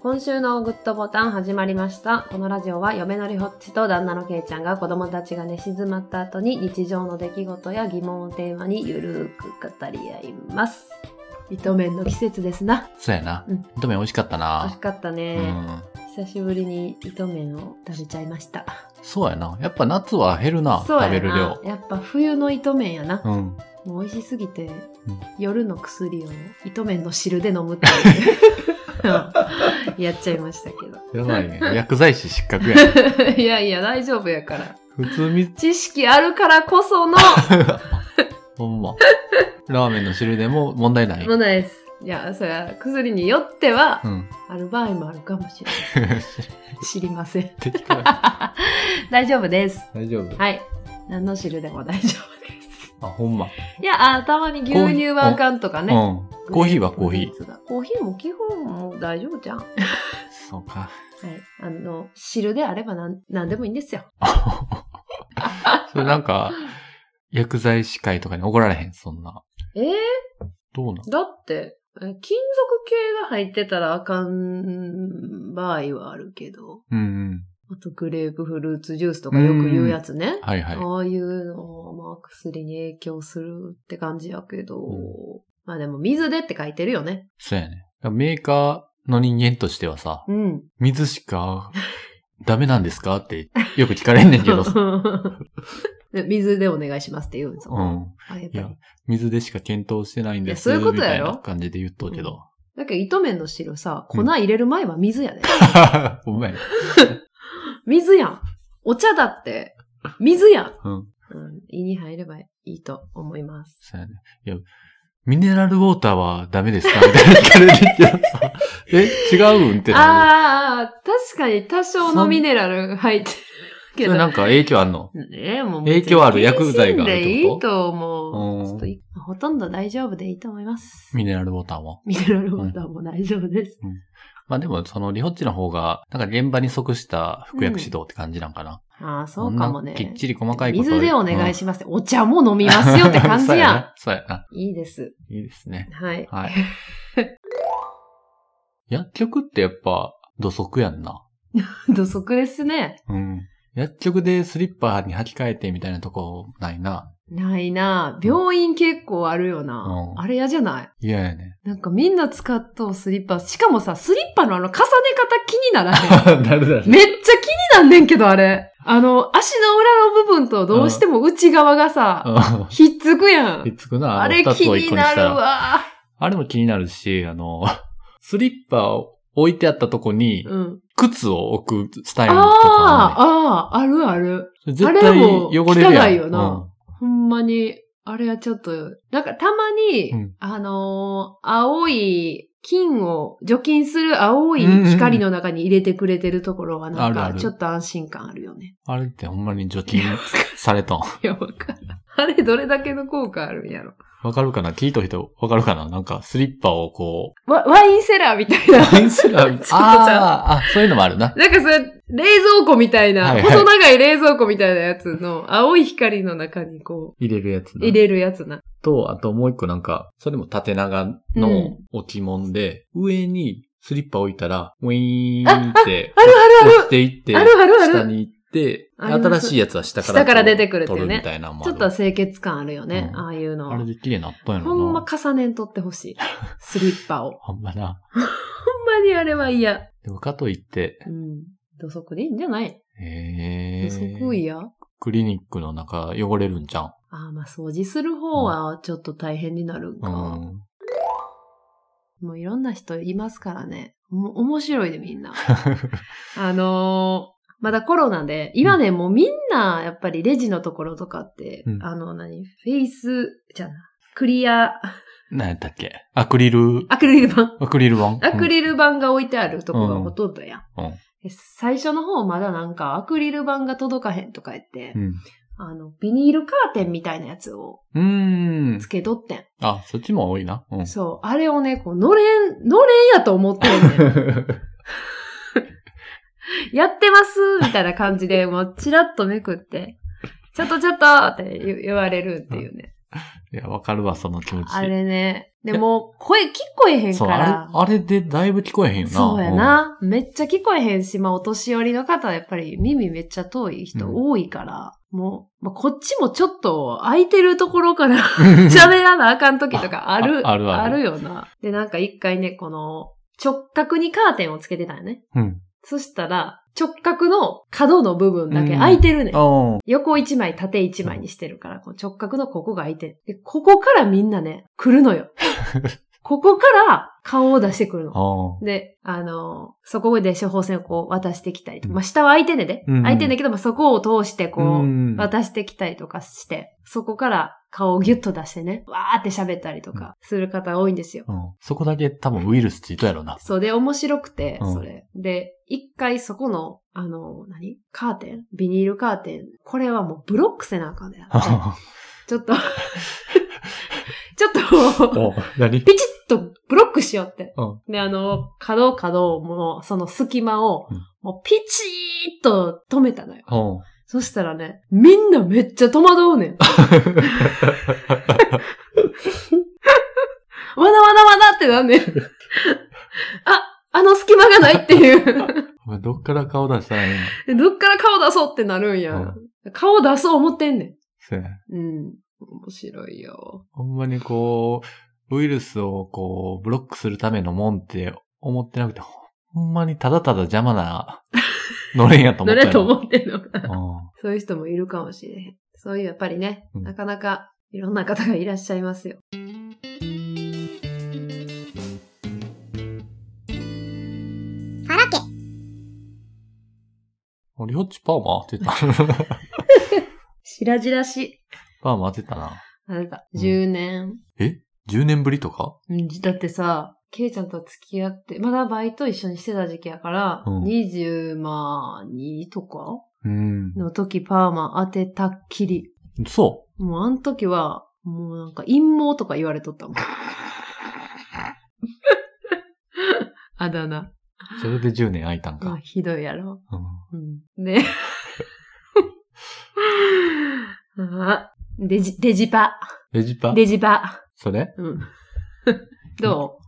今週のグッドボタン始まりました。このラジオは嫁のりほっちと旦那のけいちゃんが子供たちが寝静まった後に日常の出来事や疑問をテーマにゆるーく語り合います。糸麺の季節ですな。そうやな。うんでも美味しかった美味しな。かったうね。ん。久しぶりに糸麺を食べちゃいました。そうやな。やっぱ夏は減るな、そうや食なべる量。やっぱ冬の糸麺やな。うん。もう美味しすぎて、ん夜の薬を糸麺の汁で飲むって いうやっちゃいましたけや ばいね。薬剤師失格やん。ど。いやいや、大丈夫やから。普通み、知識あるからこそのほんま。ラーメンの汁でも問題ない。ものです。いや、そりゃ、薬によっては う、ん。ある場合もあるかもしれない。知りません。適当や大丈夫です。大丈夫。はい。何の汁でも大丈夫です。あ、ほんま。いや、あたまに牛乳はあかんとかうね。ん。コーヒーはコーヒー。ー。コーヒーも基本もう大丈夫じゃん。はい。そうか。あの、汁であればなん何でもいいんですよ。それなんか、薬剤師会とかに怒られへん、そんな。えー、どうなんだって、え金属系が入ってたらあかん場合はあるけど。うんうん。あとグレープフルーツジュースとかよく言うやつね。はいはい。ああいうのまあ薬に影響するって感じやけど、うんまあでも水でって書いてるよね。そうやね。メーカーの人間としてはさ、うん。水しかダメなんですかってよく聞かれんねんけど。 で水でお願いしますって言うんですうよ。ん。あやっいぱやり。、水でしか検討してないんです。いやそういうことみたやいろな感じで言っとうけど。だけど糸麺の汁さ、う粉ん入れる前は水やで。 お前。水やん。お茶だって、水やん。うん。うん、胃に入ればいいと思います。そうやね。いや、ミネラルウォーターはダメですかみたいな聞かれるけどさ。 え、違うんってなる。ああ、確かに多少のミネラル入ってるけどそれ。なんか影響あんのねえ、もう。影響ある薬剤があるってこといいと思う。う んちょっといほとんど大丈夫でいいと思います。ミネラルウォーターも。ミネラルウォーターも大丈夫です。まあでも、その、リホッチの方が、なんか現場に即した服薬指導って感じなんかな。ああ、そうかもそんねな。きっちり細かいこと。水でお願いしますって、お茶も飲みうんますよって感じ そうやん。なそうやな。 いいです。いいですね。はい。はい。 薬局ってやっぱ、土足やんな。土足ですね。うん。薬局でスリッパに履き替えてみたいなとこないな。ないな病院結構あるよな。うんあれ嫌じゃない嫌やね。なんかみんな使っとうスリッパ。しかもさ、スリッパのあの重ね方気にならへん。 なるだろ。めっちゃ気になんねんけど、あれ。あの、足の裏の部分とどうしても内側がさ、うひっつくやん。ひっん。つくあな。のれ二つ気を一に個になしるたら。わ。あれも気になるし、あの、 スリッパを置いてあったとこに、うん。靴を置くスタイあルとかああ、ああ、あるある。るね、それ絶対汚れるやん。あれも汚いよなほんまに、あれはちょっと、なんかたまに、うんあのー青い、金を除菌する青い光の中に入れてくれてるところはなんあるかあるちょっと安心感あるよね。 うん。あれってほんまに除菌されとん。 いや、わかる。あれどれだけの効果あるんやろ。わかるかな聞いといてわかるかななんかスリッパをこう、ワワインセラーみたいな。ペンスラーちょっとちゃうあーあ、そういうのもあるな。なんかそれ、冷蔵庫みたいな、はいはい細長い冷蔵庫みたいなやつの、青い光の中にこ入れるやつう、な入れるやつな。と、あともう一個なんか、それも縦長の置物で、上にスリッパ置いたら、ウィーンって、あるあるあ落るちていって、あるあるある下に行って、あります新しいやつは下から。下から出てくるっていうね取るみたいなのもあちょるっと清潔感あるよね、うんああいうのあれは。で綺麗になったんやろほな。んま重ねんとってほしい。スリッパを。ほんまな。ほんまにあれは嫌。でもかといって、うん。土足でいいんじゃないえ土足ー、嫌、クリニックの中汚れるんじゃん。ああ、まあ掃除する方はちょっと大変になるんうか。ん。もういろんな人いますからね。もう面白いでみんな。あのーまだコロナで、今ね、もうみんな、やっぱりレジのところとかって、うんあの何、フェイス、じゃあな、クリア、何やったっけアクリル、アクリル板。アクリル板アクリル板が置いてあるとこがうんほとんどや。うんで最初の方まだなんかアクリル板が届かへんとか言って、うん。あの、ビニールカーテンみたいなやつをうん。うんつ。けとってん。あ、そっちも多いな。 うん。そう、あれをね、こう、のれん、のれんやと思ってんねん。 やってますみたいな感じで、もうチラッとめくって、ちょっとちょっとって言言われるっていうね。いや、わかるわ、その気持ち。あれね、でも、声聞こえへんそかう、あら。れ、あれでだいぶ聞こえへんよな。そうやな。めっちゃ聞こえへんし、まあ、お年寄りの方はやっぱり耳めっちゃ遠い人多いから、もう、まあ、こっちもちょっと空いてるところから うん。喋らなあかん時とかある、ああるあるよな。で、なんか一回ね、この直角にカーテンをつけてたんよね。うん。そしたら、直角の角の部分だけうん空いてるね。んあ横一枚、縦一枚にしてるから、こう直角のここが空いてる。で、ここからみんなね、来るの よ。ここから顔を出してくるのあ。。あで、あのーそこで処方箋をこう渡してきたりとか、うんまあ、下は空いてんねんで、うん空いてんだけど、まあ、そこを通してあ。こう、ん渡してきたりとかして、そこから顔をギュッと出してね、わーって喋ったりとかする方多いんですよ。うん。そこだけ多分ウイルスついたやろな。そうで、面白くて、うんそれ。で、一回そこの、あの、何カーテンビニールカーテンこれはもうブロックせなあかん ねん。ちょっと、ちょっと、お、何ピチッとブロックしようって。うんで、あの、角角をもう、その隙間をうん、もうピチーッと止めたのよ。おそしたらね、みんなめっちゃ戸惑うねん。 わなわなわなってなんね ん。あ、あの隙間がないって いう。お前どっから顔出したらいいのでどっから顔出そうってなるんや。顔出そう思ってんねそうやん。うん。面白いよ。ほんまにこう、ウイルスをこう、ブロックするためのもんって思ってなくて、ほんまにただただ邪魔な、のれんやと思どったよれと思ってん のかな。うんそういう人もいるかもしれへん。そういうやっぱりね、うんなかなかいろんな方がいらっしゃいますよ。原家。あリホッチパーマ当てた。 しらじらし。パーマ当てたな。あなた、うん10年。 10年ぶりとかうん、だってさ、ケイちゃんと付き合って、まだバイト一緒にしてた時期やから、うん20、まあ、2とかうん。の時パーマ当てたっきり。そもうあの時は、もうなんか陰謀とか言われと ったもん。あだ名。う。それで10年空いたんまあか。ひどいやろ。うんうん。ね。 あデジ、デジパ。レジパデジパ。それ うん。ど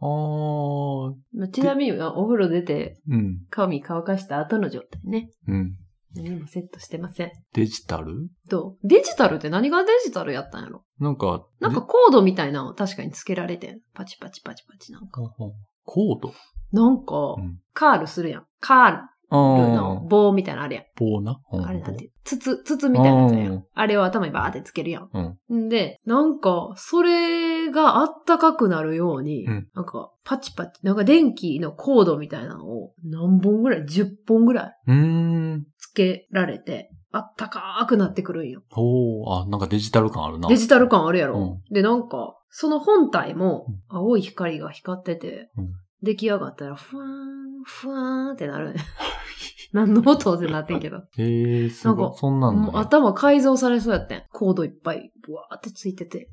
あー、うまあちなみに、お風呂出てうん。髪乾かした後の状態ね。うん。何もセットしてません。デジタルどうデジタルって何がデジタルやったんやろなんか、なんかコードみたいなの確かにつけられてん。パチパチパチパチなんか。ほんほんコードなんかうん、カールするやん。カールあのー、棒みたいなのあるやん。棒な。うんあれなんて、筒、筒みたいなやつやうんん。あれを頭にバーってつけるやん。うん。んで、なんか、それがあったかくなるように、うんなんか、パチパチ、なんか電気のコードみたいなのを何本ぐらい ?10 本ぐらいうーん。つけられて、あったかーくなってくるんよ。ほー、あ、なんかデジタル感あるな。デジタル感あるやろ。で、なんか、その本体もうん青い光が光ってて、うん出来上がったら、ふわーん、ふわーんってなるね。 何の音ってなってんけど。えー、すなんごいか。そんなんもうだね。頭改造されそうやってん。コードいっぱい、ぶわーってついてて。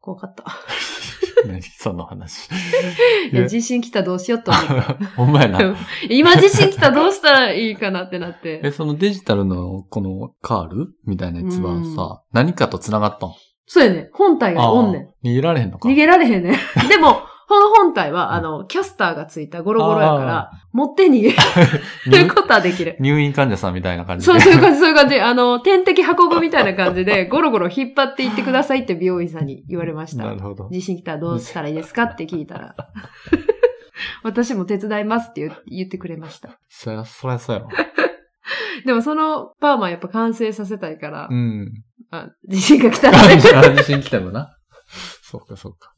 怖か った。何その話。 いや、地震来たらどうしようと思って。ほんまやな。今地震来たらどうしたらいいかなってなっえ、て。そのデジタルのこのカールみたいなやつはさ、何かと繋がったんそうやね。本体がおんねん。逃げられへんのか。逃げられへんねん。でも、この本体は、あの、キャスターがついたゴロゴロやから、持って逃げ入ることはできる。入院患者さんみたいな感じ で。そう、そういう感じ、そういう感じ。あの、点滴運ぶみたいな感じで、ゴロゴロ引っ張っていってくださいって美容院さんに言われましなたる。ほど。地震来たらどうしたらいいですかって聞いた ら。私も手伝いますって言って言ってくれました。そりゃ、そり ゃそうやろ。でもそのパーマやっぱ完成させたいからう、ん。 あ地震が来たら ね。安心来たよな。そうか、そうか。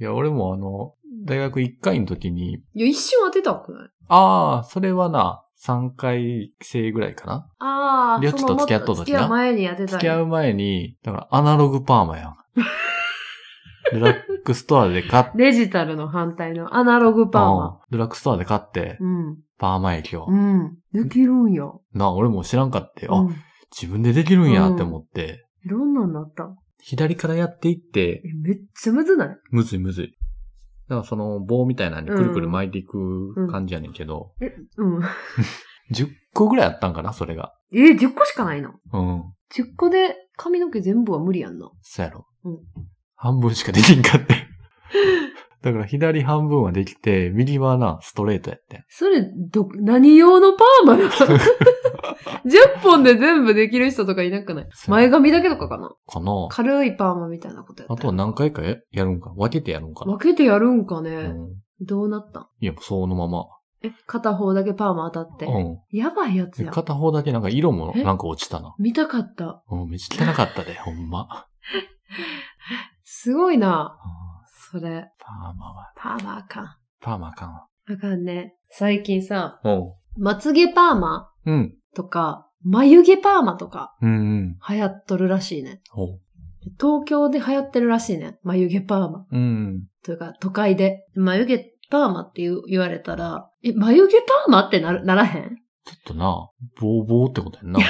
いや、俺もあの、大学1回の時に、いや、一瞬当てたくないああ、それはな、3回生ぐらいかな。ああ、リョッチと付き合っとった付時きな合う前にやってたんや付き合う前に、だからアナログパー マやん。ドラッグストアで買って、デジタルの反対のアナログパーマ。うんドラッグストアで買って、うん。パーマ液をう。ん。できるんや。な、俺も知らんかって、うあ、ん。自分でできるんやって思って、いろんなんなった。左からやっていってえ、、めっちゃむずないむずいむずい。だからその棒みたいなのにくるくる巻いていく感じやねんけど、え、うん。 10個ぐらいあったんかな、それが。え、10個しかないのうん。 10個で髪の毛全部は無理やんな。そうやろ。うん半分しかできんかって。 だから左半分はできて、右はな、ストレートやって。それ、ど、何用のパーマなの ?10 本で全部できる人とかいなくない前髪だけとかかなかな軽いパーマみたいなことやったあよとは何回かややるんか。分けてやるんかな。分けてやるんかね、うん、どうなったんいや、そのまま。え、片方だけパーマ当たって。うん。やばいやつでやん。片方だけなんか色もえなんか落ちたな。見たかった。うん、めっちゃ汚かったで、ほん ま。すごいな。うんそれ、パーマは、パーマあかん。パーマあかんわ。あかんね。最近さ、おまつげパーマう。うん。とか、眉毛パーマとかうんうん。流行っとるらしいね。おう。東京で流行ってるらしいね。眉毛パーマ。うん。というか、都会で。眉毛パーマって言う言われたら、え、眉毛パーマってなるならへんちょっとな、ボーボーってことやんな。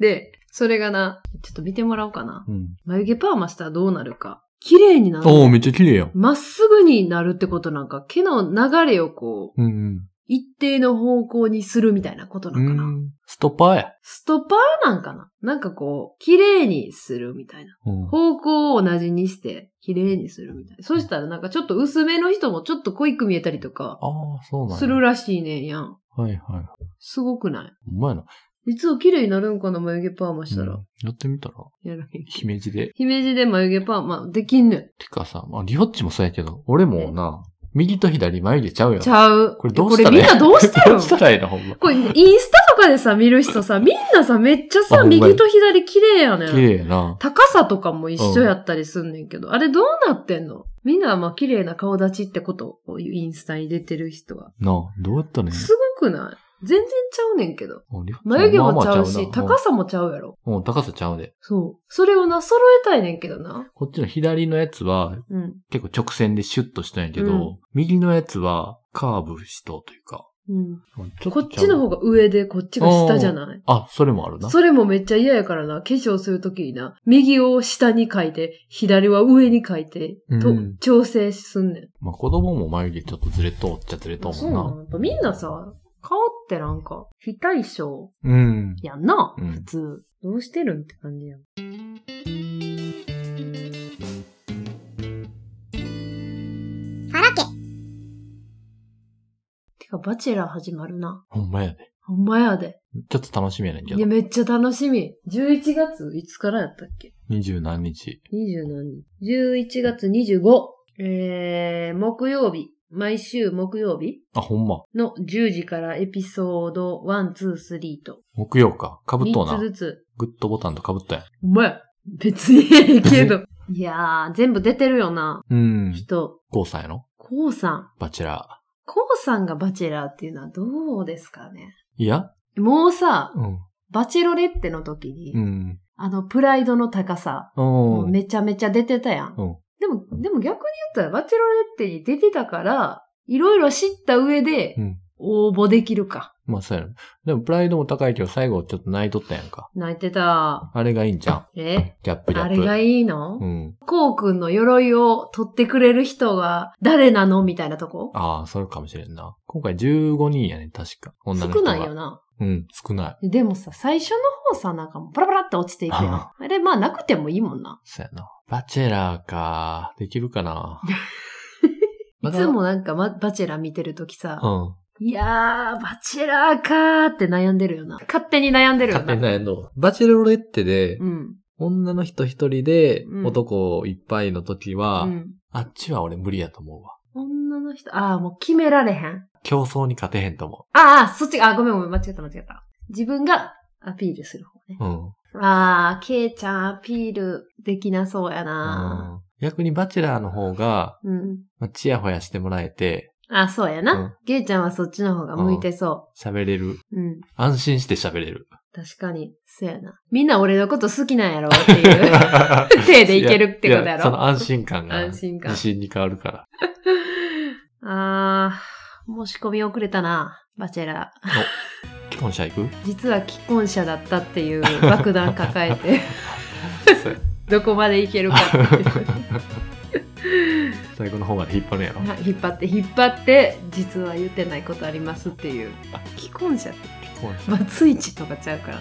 で、それがな、ちょっと見て もらおうかな。うん。眉毛パーマしたらどうなるか。綺麗になる。おう、めっちゃ綺麗やん。まっすぐになるってことなんか、毛の流れをこう、うんうん。一定の方向にするみたいなことなうんかな。ん。ストッパーや。ストッパーなんかななんかこう、綺麗にするみたいな。うん。方向を同じにして、綺麗にするみたいな。そしたらなんかちょっと薄めの人もちょっと濃いく見えたりとか、ああ、そうなんやするらしいねんやん。はいはい。すごくないほんまやな。実は綺麗になるんかな眉毛パーマしたら。うんやってみたら、やらへん。姫路で。姫路で眉毛パーマ、できんねてかさ、まあ、リホッチもそうやけど、俺もな、右と左眉毛ちゃうやん。ん。ちゃう。これどうしたらこいれいみんなどうした どようしたらいいのほんま。これ、インスタとかでさ、見る人さ、みんなさ、めっちゃあさ、ほんまに右と左綺麗やね綺ん。麗やな。高さとかも一緒やったりすんねんけど、あれどうなってんのみんなはまあ綺麗な顔立ちってことこういうインスタに出てる人は。なあ、どうやったらいいすごくない全然ちゃうねんけど。のリホッチ眉毛もちゃうまあし、まあ高さもちゃうやろ。うんうん、高さちゃうで。そう。それをな、揃えたいねんけどな。こっちの左のやつは、うん。結構直線でシュッとしたんやけど、うん右のやつはカーブしとうというか。うん。ちょことっちの方が。が上で、こっちが下じゃないあ、それもあるな。それもめっちゃ嫌やからな、化粧するときにな、右を下に書いて、左は上に書いて、と、うん調整すんねん。まあ子供も眉毛ちょっとずれとうっちゃずれとうそもうんなな。のやっぱみんなさ、顔ってなんか、非対称うん。やんな、うん普通。どうしてるんって感じやん。さらけ、てか、バチェラー始まるな。ほんまやで。ほんまやで。ちょっと楽しみやねんけいどや、。めっちゃ楽しみ。11月、いつからやったっけ二十何日。 ?20 何日 ?11 月25。えー、木曜日。毎週木曜日あ、ほんま。の10時からエピソード1、2、3と。木曜か。かぶっとう3つな。ずつ。グッドボタンとかぶったやん。お前、別にええけど。いやー、全部出てるよな、うん。人。こうさんやろコウさん。バチェラコウさんがバチェラーっていうのはどうですかね。ー。いやもうさ、うん。バチェロレッテの時に、うん。あの、プライドの高さ、もう。うんめちゃめちゃ出てたやん。うんでも、でも逆に言ったら、バチェロレッテに出てたから、いろいろ知った上でうん、応募できるか。まあそうやろ。でもプライドも高いけど最後ちょっと泣いとったやんか。泣いてた。あれがいいんじゃん。えギャップギャあップ。れがいいのうん。コウくんの鎧を取ってくれる人が誰なのみたいなとこああ、それかもしれんな。今回15人やねん、確か。女の少人が。ないよな。うん、少ない。でもさ、最初の方さ、なんかもうパラパラって落ちていくやん。ああれ、まあなくてもいいもんな。そうやな。バチェラーか。できるか な。いつもなんか、ま、バチェラー見てるときさ、うん。いやー、バチェラーかーって悩んでるよな。勝手に悩んでるよな。勝手にないの。バチェロレッテで、うん。女の人一人でうん男いっぱいの時は、うん。あっちは俺無理やと思うわ。女の人、あーもう決められへん。競争に勝てへんと思あー、そっち、あー、ごめんごめん、間違った間違った。自分がアピールする方ね。う。うん。あー、ケイちゃんアピールできなそうやなうん逆にバチェラーの方が、うん。まあ、チヤホヤしてもらえて、あ、そうやうんな。ケイちゃんはそっちの方が向いてそ喋れる。う。うん。安心して喋れる。確かに。そうやな。みんな俺のこと好きなんやろって いう。手でいけるってこといややろ。その安心感が、安心感自信に変わるから。 あー、申し込み遅れたな、バチェラー。既婚者行く実は既婚者だったって いう爆弾抱えて、そうやどこまでいけるかって いう。最後の方まで引っ張るやろ。引っ張って引っ張って実は言ってないことありますっていう既婚者って既婚者。松市とかちゃうから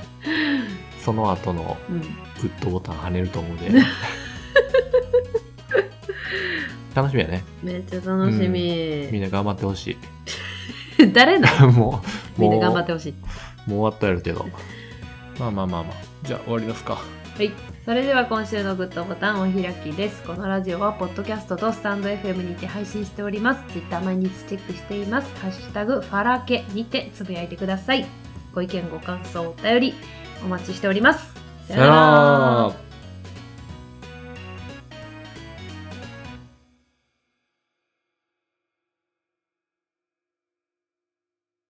その後のうん グッドボタン跳ねると思うで。楽しみやね。めっちゃ楽しみんみ。な頑張ってほし。誰ない もう、みんな頑張っもてほしい。うもう終わったやろうけど。まあまあまあまあ。じゃあ終わりますか。はい。それでは今週のグッドボタンお開きです。このラジオは、ポッドキャストとスタンド FM にて配信しております。ツイッター毎日チェックしています。ハッシュタグ、ファラケにてつぶやいてください。ご意見、ご感想、お便り、お待ちしております。さよなら。